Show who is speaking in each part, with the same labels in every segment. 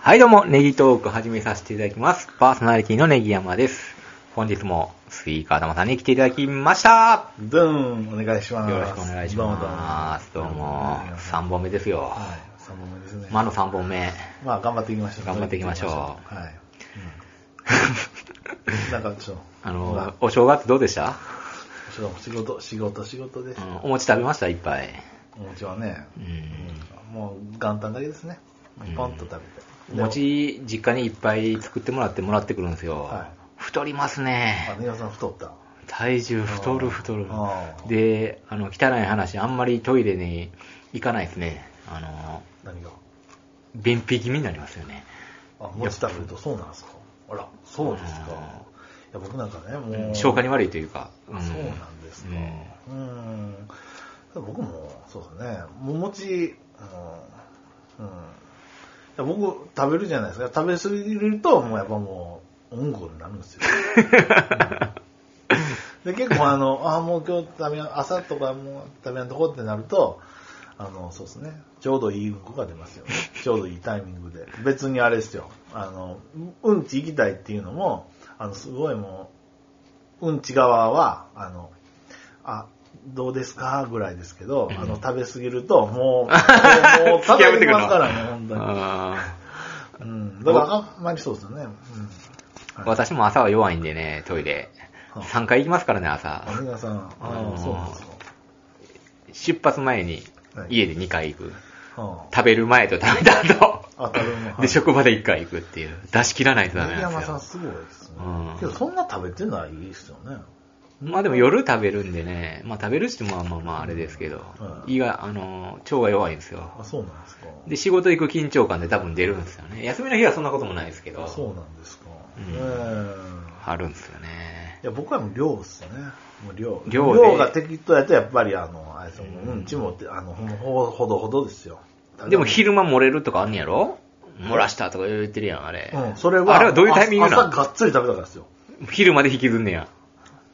Speaker 1: はい、どうも、ネギトーク始めさせていただきます。パーソナリティのネギ山です。本日もスイカ頭さんに来ていただきました。
Speaker 2: ドゥーンお願いします。
Speaker 1: よろしくお願いします。どうも、
Speaker 2: 三
Speaker 1: 3本目ですよ。
Speaker 2: はい、三本目ですね。
Speaker 1: 魔の3本目。
Speaker 2: まあ、頑張っていきましょう。
Speaker 1: 頑張っていきましょう
Speaker 2: はい。うん、なんか、ちょっと、ま
Speaker 1: あの、お正月どうでした、
Speaker 2: ちょっと仕事、仕事、仕事で
Speaker 1: う、ん、お餅食べましたいっぱい。
Speaker 2: お餅はね、
Speaker 1: うん。
Speaker 2: うんもう元旦だけですね。ポンと食べて。
Speaker 1: お
Speaker 2: で
Speaker 1: 餅、実家にいっぱい作ってもらってもらってくるんですよ。
Speaker 2: はい
Speaker 1: 太ります
Speaker 2: あ、
Speaker 1: ね。
Speaker 2: ネガさん太った。
Speaker 1: 体重太る太る
Speaker 2: あ。ー
Speaker 1: で、あの、汚い話、あんまりトイレに行かないですね。あの、
Speaker 2: 何が
Speaker 1: 便秘気味になりますよね。
Speaker 2: あ、餅食べるとそうなんですか。あら、そうですか。いや、僕なんかね、もう、
Speaker 1: 消化に悪いというか。うん
Speaker 2: そうなんですか。
Speaker 1: う
Speaker 2: うーん。僕も、そうですね。ももち、うん。うんいや僕、食べるじゃないですか。食べ過ぎると、もうやっぱもう、うんこになるん ですよ。うんで、結構あの、あーもう今日食べな、朝とかもう食べなとこってなると、あの、そうですね。ちょうどいいうんこが出ます よ、ね。ちょうどいいタイミングで。別にあれですよ。あの、うんち行きたいっていうのも、あの、すごいもう、うんち側は、あの、あ、どうですかぐらいですけど、あの、食べ過ぎる と、もう、もう、もう食べてきますからね、本当に。
Speaker 1: あ
Speaker 2: うん、だからあんまりそうですよね。うん。
Speaker 1: ー
Speaker 2: はい、
Speaker 1: 私も朝は弱いんでね、トイレ。
Speaker 2: あ
Speaker 1: 3回行きますからね、朝。
Speaker 2: あ皆さん、あ
Speaker 1: あのー
Speaker 2: あ、そうなんですか。
Speaker 1: 出発前に
Speaker 2: はい
Speaker 1: 家で2回行く。
Speaker 2: は
Speaker 1: 食べる前と食べた後。
Speaker 2: あ、あ、食べ物。は
Speaker 1: で、
Speaker 2: い
Speaker 1: 職場で1回行くっていう。出し切らないとダメ
Speaker 2: 杉
Speaker 1: なんで
Speaker 2: 山
Speaker 1: す
Speaker 2: さん
Speaker 1: よ。
Speaker 2: すごいですね
Speaker 1: うん。
Speaker 2: けどそんな食べてないですよね。
Speaker 1: まあでも夜食べるんでね、まあ食べるしまあまあまああれですけど、
Speaker 2: はい
Speaker 1: 胃が、あの、腸が弱いんです
Speaker 2: あ、
Speaker 1: よ。
Speaker 2: そうなんですか。
Speaker 1: で、仕事行く緊張感で多分出るんですよね。休みの日はそんなこともないですけど
Speaker 2: あ、そうなんですか。
Speaker 1: うん
Speaker 2: ええ
Speaker 1: あるんですよね。
Speaker 2: いや、僕はもう量ですね。もう量。
Speaker 1: 量で
Speaker 2: 量が適当やと、やっぱり、あの、あれですよもううんちもって、あの、ほんほほどほどですよ。
Speaker 1: でも昼間漏れるとかあんねやろ漏らしたとか言ってるやん、あれ。
Speaker 2: うん、それは、
Speaker 1: あれはどういうタイミングな
Speaker 2: 朝
Speaker 1: の
Speaker 2: がっつり食べたからですよ。
Speaker 1: 昼まで引きずんねや。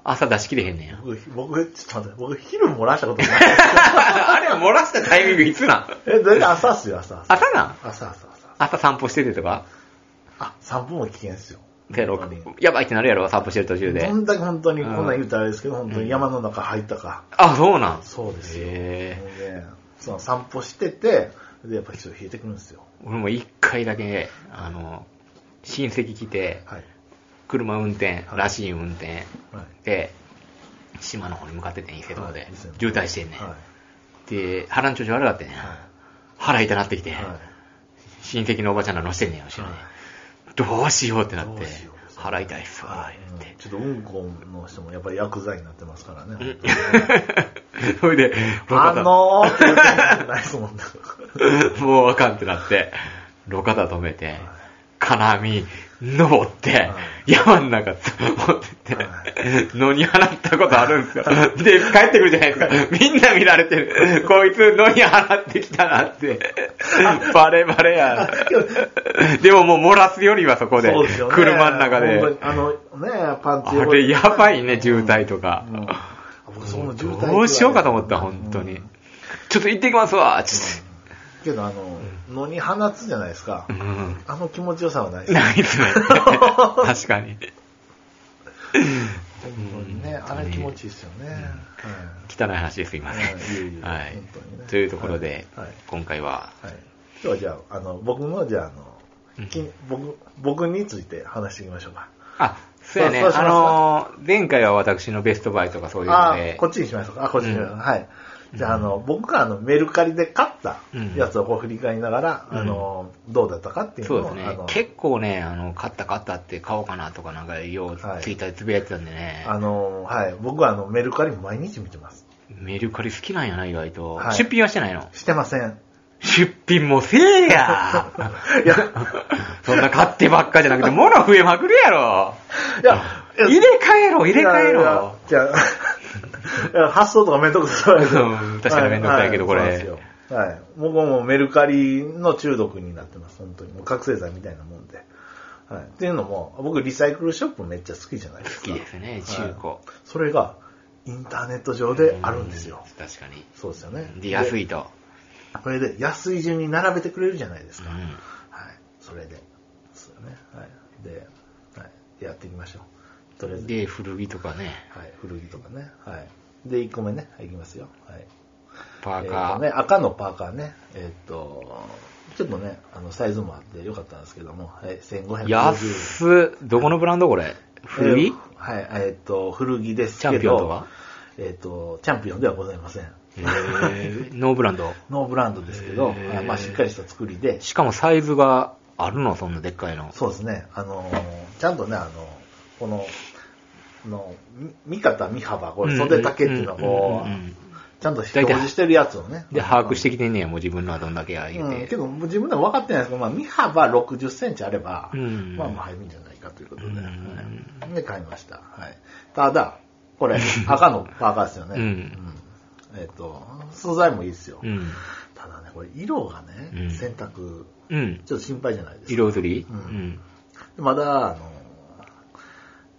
Speaker 1: 朝出し切れへんね や。
Speaker 2: 僕、僕、ちょっと待って、僕、昼漏らした ことない。
Speaker 1: あれは漏らしたタイミングいつなん
Speaker 2: え、だいたい朝っすよ、朝。朝、
Speaker 1: 朝なん
Speaker 2: 朝、朝。朝
Speaker 1: 朝散歩しててとか
Speaker 2: あ、散歩も危険ですよ。
Speaker 1: せやろ
Speaker 2: 本当に
Speaker 1: やばいってなるやろ散歩してる途中で
Speaker 2: ど。んだけ本当に、こんなん言うたらあれですけど、本当に山の中入ったか。
Speaker 1: あ、そうなん
Speaker 2: そうですよ。
Speaker 1: へ
Speaker 2: もうねその散歩してて、で、やっぱ人冷えてくるんですよ。
Speaker 1: 俺も一回だけ、あの、親戚来て、
Speaker 2: はい。
Speaker 1: 車運転、
Speaker 2: はい
Speaker 1: らしい運転
Speaker 2: はい。
Speaker 1: で、島の方に向かってて、伊勢とか
Speaker 2: は
Speaker 1: で
Speaker 2: い伊勢の、方
Speaker 1: 渋滞してんねん
Speaker 2: はい。は
Speaker 1: で、腹の調子悪かったんや
Speaker 2: は。
Speaker 1: 腹痛なってきて、
Speaker 2: い。
Speaker 1: 親戚のおばちゃんら乗してんねん、後ろに
Speaker 2: はい。
Speaker 1: どうしようってなっ
Speaker 2: ど
Speaker 1: て
Speaker 2: うしよ、う
Speaker 1: 腹痛いっすわ、言っ
Speaker 2: う
Speaker 1: て
Speaker 2: ん。ちょっとうんこの人もやっぱり薬剤になってますからね。
Speaker 1: それで、路
Speaker 2: あ
Speaker 1: 肩
Speaker 2: のーって言うてないですもんね。
Speaker 1: もうあかんってなって、路肩止めて、金網、登って、山の中、つ登って
Speaker 2: は
Speaker 1: って、野に放ったことあるんですよ。で、帰ってくるじゃないですか。みんな見られてる。こいつ野に放ってきたなって。バレバレや。でももう漏らすよりはそこで、
Speaker 2: そうですよね
Speaker 1: 車の中で。
Speaker 2: 本当にあのね、パンチ
Speaker 1: あれやばいね、渋滞とか。
Speaker 2: うんうんあ僕その渋滞
Speaker 1: どうしようかと思った、本当
Speaker 2: う
Speaker 1: に
Speaker 2: ん。
Speaker 1: ちょっと行ってきますわ、ちょ
Speaker 2: けどあの、野に放つじゃないですか。
Speaker 1: っと。うん
Speaker 2: あの気持ちよさはないです。
Speaker 1: ないで すね。確かに。
Speaker 2: 本当にね、あれ気持ちいいですよね。はい
Speaker 1: 汚い話ですいません。
Speaker 2: はいいえいえ
Speaker 1: はい
Speaker 2: 本当にね。
Speaker 1: というところで
Speaker 2: はいはい、
Speaker 1: 今回は、
Speaker 2: はい。今日はじゃあ、あの、僕の、じゃあ、あの、き僕、僕について話していきましょうか。
Speaker 1: あ、そうやね、
Speaker 2: そうそうしま
Speaker 1: あ
Speaker 2: す
Speaker 1: のー、前回は私のベストバイとかそういうの
Speaker 2: あ
Speaker 1: で
Speaker 2: こ、っちにしましょうか。あ、こっちにしましょう
Speaker 1: う
Speaker 2: はい。じゃあ、あの、僕があの、メルカリで買った
Speaker 1: うん
Speaker 2: やつをこう振り返りながら、
Speaker 1: うん
Speaker 2: あの、どうだったかっていうの
Speaker 1: そ
Speaker 2: を、
Speaker 1: うです
Speaker 2: あ
Speaker 1: ね
Speaker 2: の、、
Speaker 1: 結構ね、あの、買った買ったって買おうかなとかなんか、よう
Speaker 2: はい
Speaker 1: ツイッターでつぶやいてたんでね、
Speaker 2: あの、はい。僕はあの、メルカリ毎日見てます。
Speaker 1: メルカリ好きなんやな、意外と。
Speaker 2: はい
Speaker 1: 出品はしてないの
Speaker 2: してません。
Speaker 1: 出品も せえや
Speaker 2: いや、
Speaker 1: そんな買ってばっかじゃなくて、物増えまくるやろ
Speaker 2: いや、いや
Speaker 1: 入れ替えろ、入れ替え
Speaker 2: いやいや
Speaker 1: ろ
Speaker 2: じゃあ いや、発想とかめんどくさいですよ。
Speaker 1: うん確かにめんどくさいけど
Speaker 2: は
Speaker 1: これ
Speaker 2: そうなんですよはい。僕はもうメルカリの中毒になってます、本当に。もう覚醒剤みたいなもんで。はい。っていうのも、僕リサイクルショップめっちゃ好きじゃないです
Speaker 1: 好
Speaker 2: か。
Speaker 1: きですね、中古。
Speaker 2: それが、インターネット上であるんですよ。
Speaker 1: う確かに。
Speaker 2: そうですよね。
Speaker 1: で、安
Speaker 2: い。
Speaker 1: いと。
Speaker 2: これで安い順に並べてくれるじゃないです
Speaker 1: う
Speaker 2: か。
Speaker 1: ん
Speaker 2: はい。それで。そうよね。はい。で、はい。やっていきましょう。とりあえず。
Speaker 1: で、古着とかね、
Speaker 2: はい。古着とかね。はい。で、1個目ね。はい、いきますよ。はい。
Speaker 1: パー
Speaker 2: えっ
Speaker 1: カ
Speaker 2: と
Speaker 1: ー。
Speaker 2: ね、赤のパーカーね。えっと、ちょっとね、あの、サイズもあってよかったんですけども、はい、1550円。
Speaker 1: 安っどこのブランドこれ古
Speaker 2: え
Speaker 1: 着
Speaker 2: ーはい、えっと、古着ですけど、
Speaker 1: チャンピオンとは
Speaker 2: えっと、チャンピオンではございません。
Speaker 1: えーノーブランド。
Speaker 2: ノーブランドですけど、
Speaker 1: へー
Speaker 2: あまあ、しっかりした作りで、
Speaker 1: しかもサイズがあるのそんなでっかいの。
Speaker 2: そうですね、あのー、ちゃんとね、あの、この、あの、み見方、見幅、これ、袖丈っていうのはこ
Speaker 1: うんうんうんうん
Speaker 2: う、ちゃんと表示してるやつをね。
Speaker 1: で、把握してきてんねや、もう自分のはどんだけや、言
Speaker 2: うん、
Speaker 1: う
Speaker 2: け
Speaker 1: て。
Speaker 2: ど自分でも分かってないですけど、まあ、見幅60センチあれば、
Speaker 1: うん
Speaker 2: まあまあ入るんじゃないかということで、
Speaker 1: うん
Speaker 2: はいで買いました。はい、ただ、これ、 赤のパーカーですよね。
Speaker 1: うん
Speaker 2: うんえっ、と、素材もいいですよ。
Speaker 1: うん。
Speaker 2: ただね、これ、色がね、
Speaker 1: うん
Speaker 2: 洗濯、
Speaker 1: うん。
Speaker 2: ちょっと心配じゃないですか。
Speaker 1: 色移り
Speaker 2: うん
Speaker 1: うん。
Speaker 2: でまだ、あの、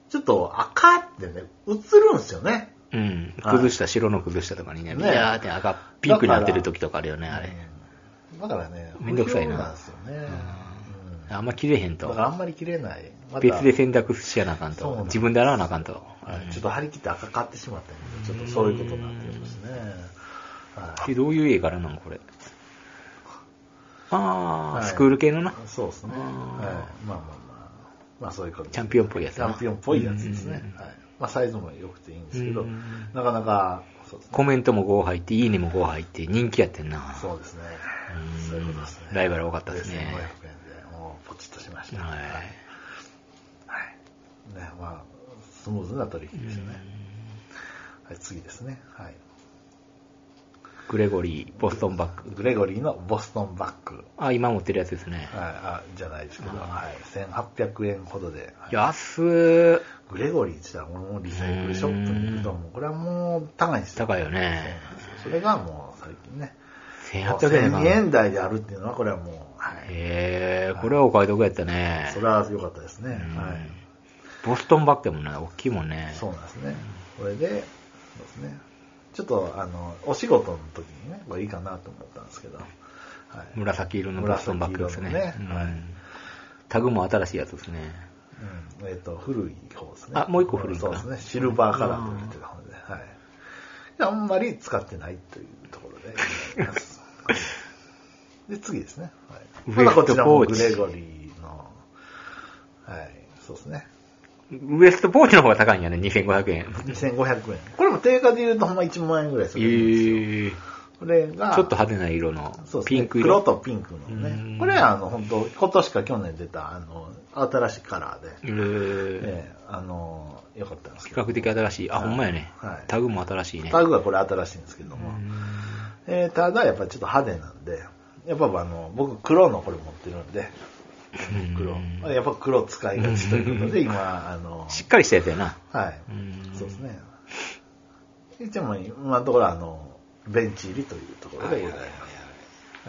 Speaker 2: ちょっと赤ってね、映るんですよね。
Speaker 1: うん。
Speaker 2: はい
Speaker 1: 崩した、白の崩したとかにね、
Speaker 2: ね
Speaker 1: ビヤーって赤、ピンクになってる時とかあるよね、あれ。
Speaker 2: うんだからね、
Speaker 1: めんどくさいな
Speaker 2: 不良んですよね。うん
Speaker 1: あんま切れへん
Speaker 2: だ
Speaker 1: と
Speaker 2: か。らあんまり切れない。また
Speaker 1: 別で洗濯しやなあかん
Speaker 2: そうなん
Speaker 1: と。
Speaker 2: です
Speaker 1: 自分で洗わなあかんと。
Speaker 2: はいちょっと張り切って赤買ってしまったんで、ちょっとそういうことになってますね。は
Speaker 1: えどういう絵柄なのこれ。あ
Speaker 2: は
Speaker 1: あ、
Speaker 2: い
Speaker 1: スクール系のな。
Speaker 2: い。そうですね。はい。
Speaker 1: あー
Speaker 2: まあまあまあ。まあそういうことで。
Speaker 1: チャンピオンっぽいやつ
Speaker 2: チ
Speaker 1: な
Speaker 2: ャンピオンっぽいやつですね。はい
Speaker 1: うん。
Speaker 2: まあサイズも良くていいんですけど、
Speaker 1: うん
Speaker 2: なかなか、そうですね。
Speaker 1: コメントも5入って、いいねも5入って、人気やってんな。
Speaker 2: そうですね
Speaker 1: うん。
Speaker 2: そういうことですね。
Speaker 1: ライバル多かったです
Speaker 2: 1500円
Speaker 1: ね
Speaker 2: で、もうポチッとしました。
Speaker 1: は
Speaker 2: はいい。ね、まあ、スムーズな取引でしたね。はい、次ですね。はい。
Speaker 1: グレゴリー、ボストンバッグ。
Speaker 2: グレゴリーのボストンバッグ。
Speaker 1: あ、今持ってるやつですね。
Speaker 2: はい、あじゃないですけど、はい、1800円ほどで、はい
Speaker 1: 安っ
Speaker 2: グレゴリーって言ったら、俺もリサイクルショップに行くと、もうこれはもう高いんですよ。
Speaker 1: 高いよね。
Speaker 2: それがもう最近ね、
Speaker 1: 1800円か
Speaker 2: 1000円台であるっていうのは、これはもう、はい、
Speaker 1: ええこれはお買い得やったね
Speaker 2: そ。れは良かったですね。
Speaker 1: うん
Speaker 2: はい、
Speaker 1: ボストンバッグでもね、大きいもんね。
Speaker 2: そうなんですね。これで、そうですね。ちょっと、あの、お仕事の時にね、これいいかなと思ったんですけど、はい。
Speaker 1: 紫色のボストンバッグですね。
Speaker 2: 紫色のねはい
Speaker 1: うんタグも新しいやつですね。
Speaker 2: うん、えっ、と、古い方ですね。
Speaker 1: あもう一個古いか
Speaker 2: そうですね。シルバーカラーと言ってた方で、はい。であんまり使ってないというところで ございます。で、次ですね。はい。
Speaker 1: ウエス
Speaker 2: ま
Speaker 1: ト
Speaker 2: だこちらも
Speaker 1: ポー
Speaker 2: グ
Speaker 1: チ
Speaker 2: レゴリーの、はい、そうですね。
Speaker 1: ウエストポーチの方が高いんやね、2500円。
Speaker 2: 2500円。これも定価で言うとほんま1万円ぐらいす
Speaker 1: え
Speaker 2: るんですよ。
Speaker 1: ー
Speaker 2: これが、
Speaker 1: ちょっと派手な色の
Speaker 2: そうですね
Speaker 1: ピンク
Speaker 2: 黒
Speaker 1: 色。
Speaker 2: とピンクの
Speaker 1: うん
Speaker 2: ね。これはあの、本当今年か去年出た、あの、新しいカラーで、
Speaker 1: えー
Speaker 2: ええあの、よかったんです
Speaker 1: 比
Speaker 2: けど。
Speaker 1: 較的新しい。あ、
Speaker 2: はい
Speaker 1: ほんまやね
Speaker 2: は。い
Speaker 1: タグも新しいね。
Speaker 2: タグはこれ新しいんですけど
Speaker 1: う
Speaker 2: も、
Speaker 1: ん
Speaker 2: えーただやっぱりちょっと派手なんで、やっぱあの僕黒のこれ持ってるんで、黒。やっぱ黒使いがちということで、今、あの、
Speaker 1: しっかりしたやつやな。
Speaker 2: はい、
Speaker 1: うん
Speaker 2: そうですね。一応今のところあの、ベンチ入りというところでございます。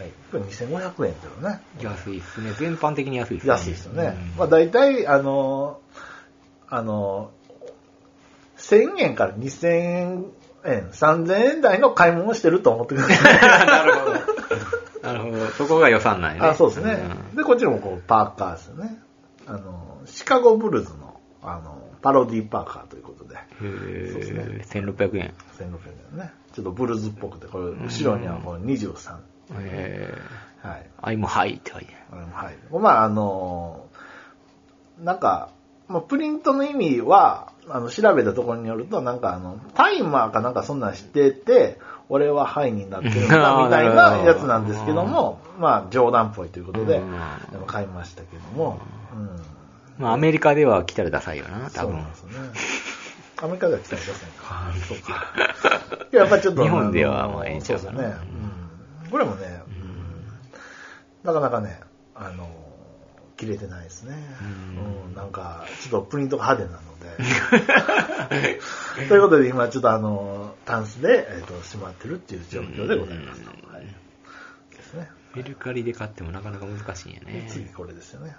Speaker 2: はい、これ2500円というのね、
Speaker 1: 安いっすね。全般的に安いっすね。
Speaker 2: 安いですよね。
Speaker 1: うん
Speaker 2: まあ大体、あの、あの、1000円から2000円、3000円台の買い物をしてると思ってください。
Speaker 1: なるほど。なるほど。そこが予算ないね。
Speaker 2: あそうですね。で、こっちもこう、パーカーですよね。あの、シカゴブルズの、あの、パロディーパーカーということで、
Speaker 1: うん。へ
Speaker 2: そうです
Speaker 1: え、
Speaker 2: ね
Speaker 1: 1600円。
Speaker 2: 1600円だよね。ちょっとブルズっぽくて、これ、後ろにはこう23。
Speaker 1: え
Speaker 2: はい。
Speaker 1: ー、I'm high って書いて
Speaker 2: あのはい。まあ、あの、なんか、まあ、プリントの意味は、あの、調べたところによると、なんかあの、タイマーかなんかそんなんしてて、俺はハイになってるん だ、みたいなやつなんですけども、まあ、冗談っぽいということで、
Speaker 1: うん
Speaker 2: あの買いましたけども、うん。
Speaker 1: ある。まあ、アメリカでは来たらダサいよな、多
Speaker 2: そう
Speaker 1: 分
Speaker 2: なん。ですね。アメリカでは期待しません か。そうか。やっぱちょっと。
Speaker 1: 日本ではもうええんち
Speaker 2: そ
Speaker 1: ゃ
Speaker 2: う
Speaker 1: う
Speaker 2: で
Speaker 1: か
Speaker 2: す
Speaker 1: な
Speaker 2: ね。うん。これもね、なかなかね、あの、切れてないですね。うん。なんか、ちょっとプリントが派手なの で。ということで、今ちょっとあの、タンスで、えっと、しまってるっていう状況でございます。はい。ですね。
Speaker 1: メルカリで買ってもなかなか難しいんや
Speaker 2: で
Speaker 1: ね。
Speaker 2: 次これですよね、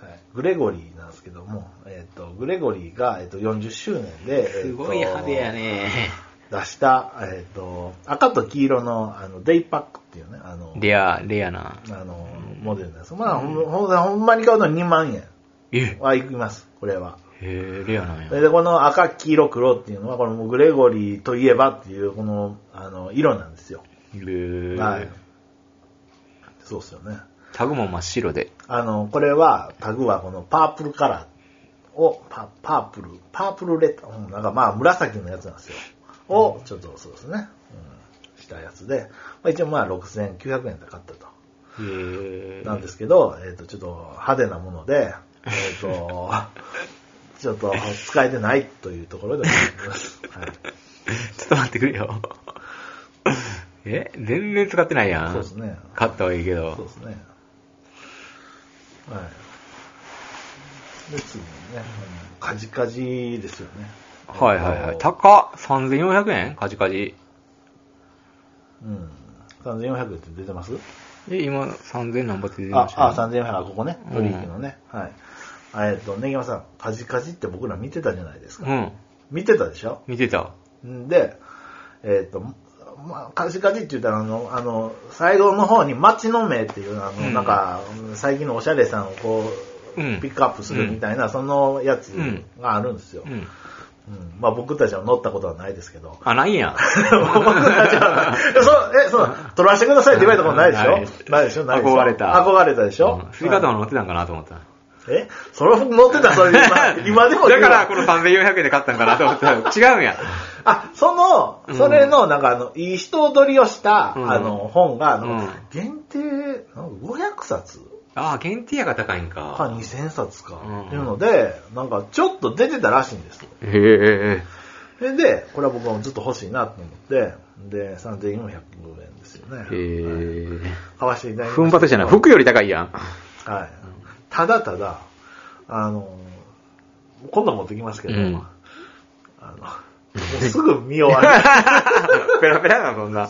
Speaker 2: はい、グレゴリーなんですけども、えー、とグレゴリーが、えー、と40周年で、えーと
Speaker 1: すごい派手やね。
Speaker 2: 出した、えー、と赤と黄色のあのデイパックっていうねあの
Speaker 1: レア、レアな。
Speaker 2: あのモデルです。まあ、ほんほんほんまに買うのは2万円
Speaker 1: え
Speaker 2: は行きます、これは。
Speaker 1: へえ、レアなんや。
Speaker 2: で、この赤、黄色、黒っていうのは、このグレゴリーといえばっていう、この、あの、色なんですよ。は
Speaker 1: へ
Speaker 2: い
Speaker 1: え。。
Speaker 2: そうっすよね。
Speaker 1: タグも真っ白で。
Speaker 2: あの、これは、タグはこのパープルカラーを、パパープル、パープルレッド、うんなんかまあ紫のやつなんですよ。を、ちょっとそうですね、うん、したやつで、まあ、一応まあ6900円で買ったと。
Speaker 1: へえ。
Speaker 2: なんですけど、えっ、と、ちょっと派手なもので、えっ、 と、ちょっと使えてないというところでございます。はい。
Speaker 1: ちょっと待ってくれよ。え全然使ってないやん。
Speaker 2: そうですね。
Speaker 1: 買ったはいいけ
Speaker 2: そう
Speaker 1: ど
Speaker 2: で。すね。はい。で、次にね、うんカジカジですよね。
Speaker 1: はいはいは
Speaker 2: え
Speaker 1: い。
Speaker 2: っと
Speaker 1: 高っ !3400 円カジカジ。
Speaker 2: うん。3400って出てます
Speaker 1: で、今、3000何本って出て
Speaker 2: あ
Speaker 1: まし、た
Speaker 2: あ、
Speaker 1: ね
Speaker 2: 3400、あここね。取引のね。はい。あえっと、ねぎまさん、カジカジって僕ら見てたじゃないですか。
Speaker 1: うん。
Speaker 2: 見てたでしょ
Speaker 1: 見てた。
Speaker 2: んで、えっ、と、まあ、カジカジって言ったら、あの、あの、最後の方に街の名っていう、あの、
Speaker 1: うん
Speaker 2: なんか、最近のおしゃれさんをこう、
Speaker 1: うん
Speaker 2: ピックアップするみたいな、そのやつがあるんですよ。
Speaker 1: うん。
Speaker 2: うんまあ僕たちは乗ったことはないですけど。
Speaker 1: あ、ないやん。
Speaker 2: 僕たちは、そう、え、そうなの、取らせてくださいって言われたことないでしょないでしょないでしょ
Speaker 1: 憧れた
Speaker 2: 憧れたでしょ
Speaker 1: うんスイカとか乗ってたんかなと思った。
Speaker 2: えそれは僕乗ってた、それ 今、今でも言
Speaker 1: だ
Speaker 2: うわ
Speaker 1: から、この3400円で買ったんかなと思ったら、違うんや。
Speaker 2: あ、その、それの、なんかあの、いい人踊りをした、
Speaker 1: うん
Speaker 2: あの、本が、あの
Speaker 1: うん
Speaker 2: 限定、なんか500冊
Speaker 1: ああ、限定やが高いん
Speaker 2: か
Speaker 1: か。
Speaker 2: 2000冊か、
Speaker 1: うん
Speaker 2: っていうので、なんかちょっと出てたらしいんです。
Speaker 1: へえ。
Speaker 2: それで、これは僕もずっと欲しいなと思って、で、3400円ですよね。
Speaker 1: へえ。
Speaker 2: 買わせていただきました
Speaker 1: 奮発じゃない。服より高い やん。
Speaker 2: はい。ただただ、あの、今度持ってきますけど、
Speaker 1: うん
Speaker 2: あの、もうすぐ見終わる。
Speaker 1: ペラペラな、そんな。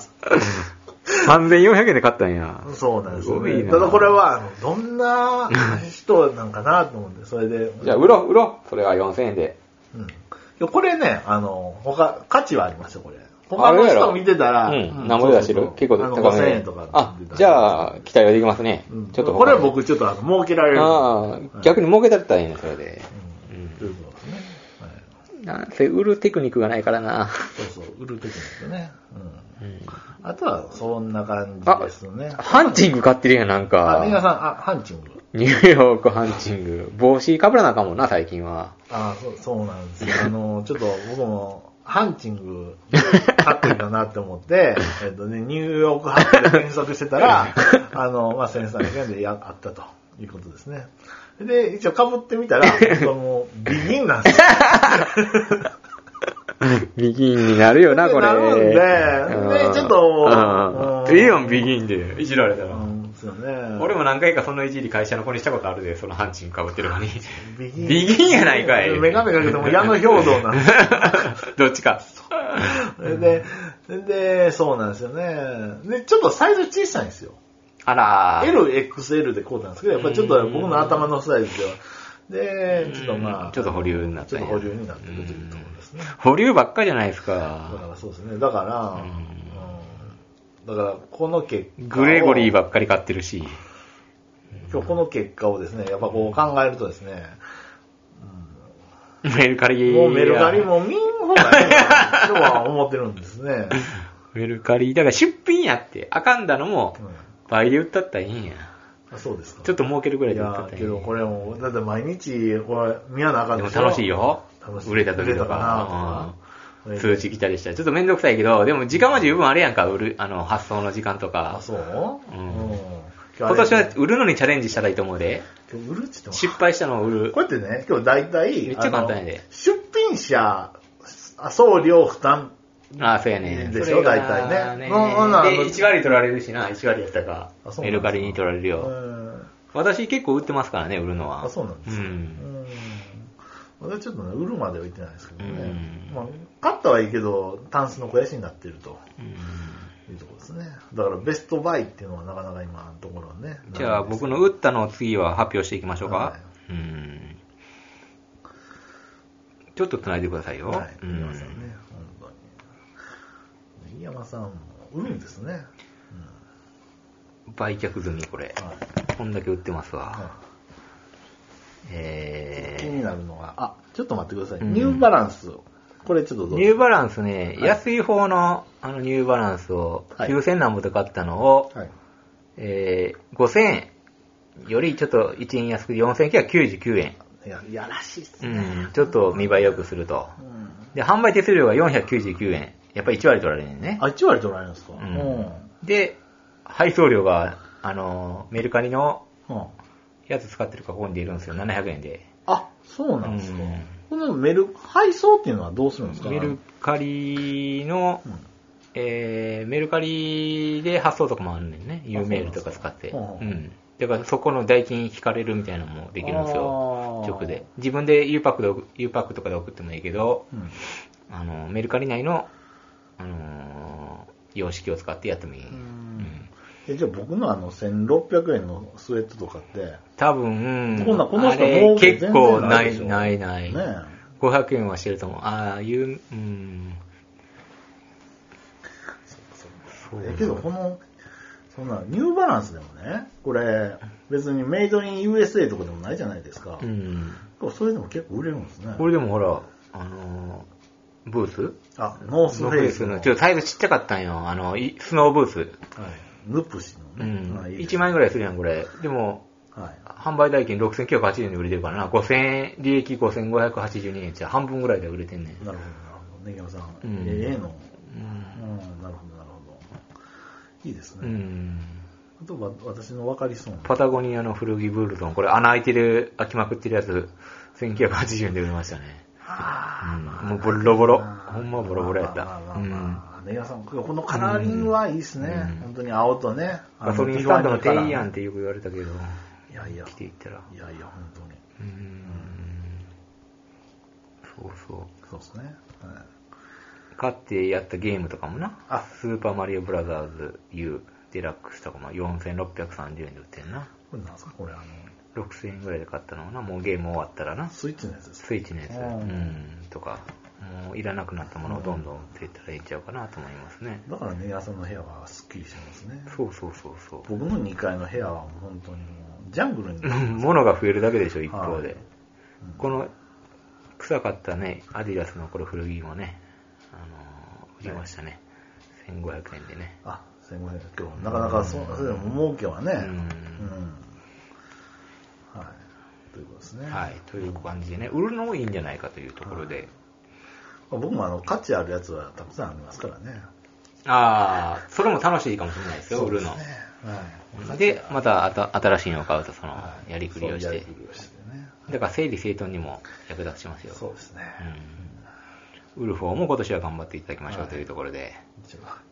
Speaker 1: 3400円で買ったんや。
Speaker 2: そうなんですよ、
Speaker 1: すごい
Speaker 2: ね。
Speaker 1: な
Speaker 2: ただこれは、あのどんな人なんかなと思って、それで。
Speaker 1: じゃあ、売ろう、売ろう。それは4000円で。
Speaker 2: うんいやこれね、あの、他、価値はありますよ、これ。他
Speaker 1: ある
Speaker 2: の
Speaker 1: やろ
Speaker 2: 人見てたら、
Speaker 1: うん。何ぼで出して
Speaker 2: そう
Speaker 1: る
Speaker 2: そう
Speaker 1: 結構
Speaker 2: あの
Speaker 1: 高め。
Speaker 2: 5000円とか。
Speaker 1: あ、じゃあ、期待はできますね
Speaker 2: うん、。
Speaker 1: ちょっと。
Speaker 2: これは。僕ちょっとあの儲けられる。
Speaker 1: ああ、逆に儲けたったらいいね、それで。
Speaker 2: うん
Speaker 1: うん
Speaker 2: ということですね。はい
Speaker 1: なんせ、売るテクニックがないからな。
Speaker 2: そうそう、売るときですよね。うん
Speaker 1: うん
Speaker 2: あとは、そんな感じですね。
Speaker 1: ハンチング買ってるやん、なん
Speaker 2: あ、
Speaker 1: か。
Speaker 2: 皆さん、あ、ハンチング。
Speaker 1: ニューヨークハンチング。帽子かぶらなあかんもんな、最近は。
Speaker 2: あそう、そうなんですよ。あの、ちょっと僕も、ハンチング、買ってるかなって思って、えっとね、ニューヨークハンチングで検索してたら、あの、まあ、1300円でやあったということですね。で、一応被ってみたら、その、ビギンなんですよ。
Speaker 1: ビギンになるよな、これ。
Speaker 2: なるんで
Speaker 1: うん
Speaker 2: ねちょっと
Speaker 1: う
Speaker 2: う
Speaker 1: ん
Speaker 2: ん
Speaker 1: いいやん、ビギンで。いじられたら。
Speaker 2: うん、そうね。
Speaker 1: 俺も何回かそのいじり会社の子にしたことあるで、そのハンチング被ってるのに。
Speaker 2: ビギン
Speaker 1: ビギンやないかい。
Speaker 2: メガネかけても矢の兵道なんですよ
Speaker 1: どっちか。
Speaker 2: それで、それで、そうなんですよね。で、ちょっとサイズ小さいんですよ。
Speaker 1: あらー。
Speaker 2: LXL でこうなんですけど、やっぱりちょっと僕の頭のサイズでは。で、ちょっとまあ。
Speaker 1: ちょっと保留になった
Speaker 2: ちょ
Speaker 1: ん
Speaker 2: っ
Speaker 1: や
Speaker 2: と保留になってるというところですね。
Speaker 1: 保留ばっかじゃないです
Speaker 2: だ
Speaker 1: か。
Speaker 2: からそうですね。だから、うんだからこの結果を。
Speaker 1: グレゴリーばっかり買ってるし。
Speaker 2: 今日この結果をですね、やっぱこう考えるとですね、
Speaker 1: メルカリ。
Speaker 2: もうメルカリ。も見ん方がいいなとは思ってるんですね。
Speaker 1: メルカリ。だから出品やって。あかんだのも
Speaker 2: う、ん
Speaker 1: 倍で売ったったらいいんや。
Speaker 2: あそうですか。
Speaker 1: ちょっと儲けるぐらい
Speaker 2: い
Speaker 1: で売った
Speaker 2: や
Speaker 1: ったらい
Speaker 2: け
Speaker 1: いん
Speaker 2: ど
Speaker 1: や。
Speaker 2: これもう、だって毎日、これ見やなあかん
Speaker 1: でも
Speaker 2: しょ
Speaker 1: 楽しい。よ
Speaker 2: 楽し。い
Speaker 1: 売れた時
Speaker 2: 売れ
Speaker 1: と
Speaker 2: たか
Speaker 1: か
Speaker 2: な。
Speaker 1: うん通知来たりしたら。ちょっとめんどくさいけど、でも時間は十分あるやんか、売る、あの、発送の時間と
Speaker 2: あ、
Speaker 1: か。
Speaker 2: そう
Speaker 1: う
Speaker 2: うん今
Speaker 1: 今
Speaker 2: 日
Speaker 1: 年
Speaker 2: あ
Speaker 1: は
Speaker 2: れ
Speaker 1: 売るのにチャレンジしたらいいと思うで。
Speaker 2: 今日売るっつっても
Speaker 1: 失敗したのを売る
Speaker 2: こ。うやってね、今日大体、
Speaker 1: めっちゃ簡単やで
Speaker 2: あの出品者、あ送料負担。
Speaker 1: ああ、そうやね。
Speaker 2: でしょ
Speaker 1: それが
Speaker 2: 大体ね
Speaker 1: ね
Speaker 2: うんうんあの
Speaker 1: で、1割取られるしな、1割やったか
Speaker 2: あ。そうなんですか
Speaker 1: メルカリに取られる
Speaker 2: う
Speaker 1: よ。
Speaker 2: ん
Speaker 1: 私結構売ってますからね、売るのは。
Speaker 2: あ、そうなんです
Speaker 1: う
Speaker 2: か。
Speaker 1: ん。
Speaker 2: うんまだちょっとね、売るまでは言ってないですけどね。
Speaker 1: うん
Speaker 2: まあ、買ったはいいけど、タンスの肥やしになってるというところですね。だからベストバイっていうのはなかなか今のところはね。
Speaker 1: じゃあ、僕の打ったのを次は発表していきましょう
Speaker 2: は
Speaker 1: か。うん。ちょっと繋いでくださいよ。
Speaker 2: はい、
Speaker 1: う
Speaker 2: 新山さん
Speaker 1: ん
Speaker 2: ね、本当に。新山さんも売るんですね。
Speaker 1: 売却済み、これ
Speaker 2: う。んはい
Speaker 1: こんだけ売ってますわ。
Speaker 2: は
Speaker 1: え
Speaker 2: い気
Speaker 1: ー
Speaker 2: になるのは、あ、ちょっと待ってください。
Speaker 1: うん
Speaker 2: ニューバランス。これちょっとどう
Speaker 1: ニューバランスね、
Speaker 2: はい
Speaker 1: 安い方のあのニューバランスを、
Speaker 2: はい
Speaker 1: 9000何本で買ったのを、
Speaker 2: はい。
Speaker 1: えー5000円よりちょっと1円安く4999円。
Speaker 2: いや、いやらしいっす
Speaker 1: う
Speaker 2: ね。
Speaker 1: ん、ちょっと見栄え良くすると。
Speaker 2: うん
Speaker 1: で、販売手数料が499円。やっぱり1割取られるね。
Speaker 2: あ、1割取られるんですか
Speaker 1: う
Speaker 2: うんん。うん
Speaker 1: で、配送料が、あの、メルカリのやつ使ってるかここに出るんですよ。700円で。
Speaker 2: あ、そうなんですか
Speaker 1: うん。
Speaker 2: このメル、配送っていうのはどうするんですか
Speaker 1: メルカリの、
Speaker 2: うん
Speaker 1: えーメルカリで発送とかもあるねんね。U メールとか使って。
Speaker 2: あそうなん
Speaker 1: う
Speaker 2: です
Speaker 1: ん。だからそこの代金引かれるみたいなのもできるんですよ。
Speaker 2: あー
Speaker 1: 直で。自分で U パックで送、U パックとかで送ってもいいけど、
Speaker 2: うん
Speaker 1: あの、メルカリ内の、あのー様式を使ってやってもいい。うん
Speaker 2: えじゃあ僕のあの1600円のスウェットとかって、
Speaker 1: 多分、
Speaker 2: こんなんこの人
Speaker 1: あれ
Speaker 2: 儲け
Speaker 1: 結
Speaker 2: 全然
Speaker 1: 構な
Speaker 2: ないでし
Speaker 1: い、
Speaker 2: ょ
Speaker 1: ない、ない。
Speaker 2: ね
Speaker 1: 500円はしてると思う。ああいう、うん。そう
Speaker 2: えけどこの、そんなニューバランスでもね、これ別にメイドイン USA とかでもないじゃないですか。
Speaker 1: うん。
Speaker 2: それでも結構売れるんですね。
Speaker 1: これでもほら、あのー、ブース
Speaker 2: あ、ノースフ
Speaker 1: ノ
Speaker 2: ェ
Speaker 1: ー
Speaker 2: イ
Speaker 1: ス
Speaker 2: ス
Speaker 1: の、
Speaker 2: の。
Speaker 1: ちょっとサイズちっちゃかったんよ。あの、いスノーブース。
Speaker 2: はい、ヌプシ
Speaker 1: う
Speaker 2: のね。
Speaker 1: ん。
Speaker 2: はい
Speaker 1: 1万円ぐらいするやん、これ。でも、
Speaker 2: はい。
Speaker 1: 販売代金6980円で売れてるからな。5000円、利益5582円じゃ半分ぐらいで売れてんねん。
Speaker 2: なるほど、なるほど。ねぎまさん、
Speaker 1: うん
Speaker 2: ええの。うん、な
Speaker 1: うん。
Speaker 2: るほど、なるほど。いいです
Speaker 1: う
Speaker 2: ね。
Speaker 1: ん。
Speaker 2: あとは私の分かりそうな。
Speaker 1: パタゴニアの古着ブルゾン、これ穴開いてる、開きまくってるやつ、1980円で売れましたね。うん。もうボロボロ。ほんまボロボロやっ
Speaker 2: ま
Speaker 1: た
Speaker 2: あ。まあまあ
Speaker 1: うん。
Speaker 2: まあねぎまさん、このカラーリングはいいですね。
Speaker 1: うん
Speaker 2: 本当に青とね。
Speaker 1: ガソリンスタンドの店員やんっ
Speaker 2: ん。
Speaker 1: てよく言われたけど、
Speaker 2: いやいや、
Speaker 1: 来ていったら。
Speaker 2: いやいや、本当に。
Speaker 1: うん。そうそう。
Speaker 2: そうですね。はい
Speaker 1: 買ってやったゲームとかもな。
Speaker 2: あ
Speaker 1: スーパーマリオブラザーズ U デラックスとかも4630円で売ってんな。
Speaker 2: これなんですかこれ、あの、
Speaker 1: 6000円ぐらいで買ったのかな。もうゲーム終わったらな。
Speaker 2: スイッチのやつですか
Speaker 1: スイッチのやつ。
Speaker 2: う
Speaker 1: うんん。とか、もういらなくなったものをどんどん売っていったらいいんちゃうかなと思いますね。
Speaker 2: だからねぎまさんの部屋はスッキリしてますね。
Speaker 1: そうそうそうそう。
Speaker 2: 僕の2階の部屋はもう本当にもう、ジャングルに。
Speaker 1: うん 物が増えるだけでしょ、一方
Speaker 2: は
Speaker 1: で。
Speaker 2: いうん
Speaker 1: この、臭かったね、アディダスのこれ古着もね、あのー売りましたね。1500円でね。
Speaker 2: あ、1500円。今日、なかなかそ、それでも儲けはね。
Speaker 1: う
Speaker 2: うんん。はい。ということですね。
Speaker 1: はい、という感じでね、売るのもいいんじゃないかというところで。
Speaker 2: 僕もあの、価値あるやつはたくさんありますからね。
Speaker 1: ああ、それも楽しいかもしれないですよ、売るの
Speaker 2: ね。。はい。
Speaker 1: で、またあた新しいのを買うと、その
Speaker 2: は、い
Speaker 1: やりくりをし
Speaker 2: そうや
Speaker 1: て
Speaker 2: り。くりをしてね。
Speaker 1: だから整理整頓にも役立ちますよ。
Speaker 2: そうですね。
Speaker 1: うん。売る方も今年は頑張っていただきましょう
Speaker 2: はい
Speaker 1: というところで。
Speaker 2: 一応はい。わか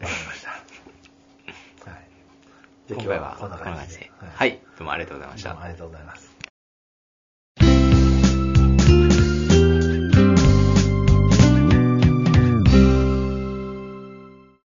Speaker 2: りま した。はい。。
Speaker 1: 今回はこんな感じで。はいい、どうもありがとうございまし
Speaker 2: どう
Speaker 1: た
Speaker 2: も。ありがとうございます。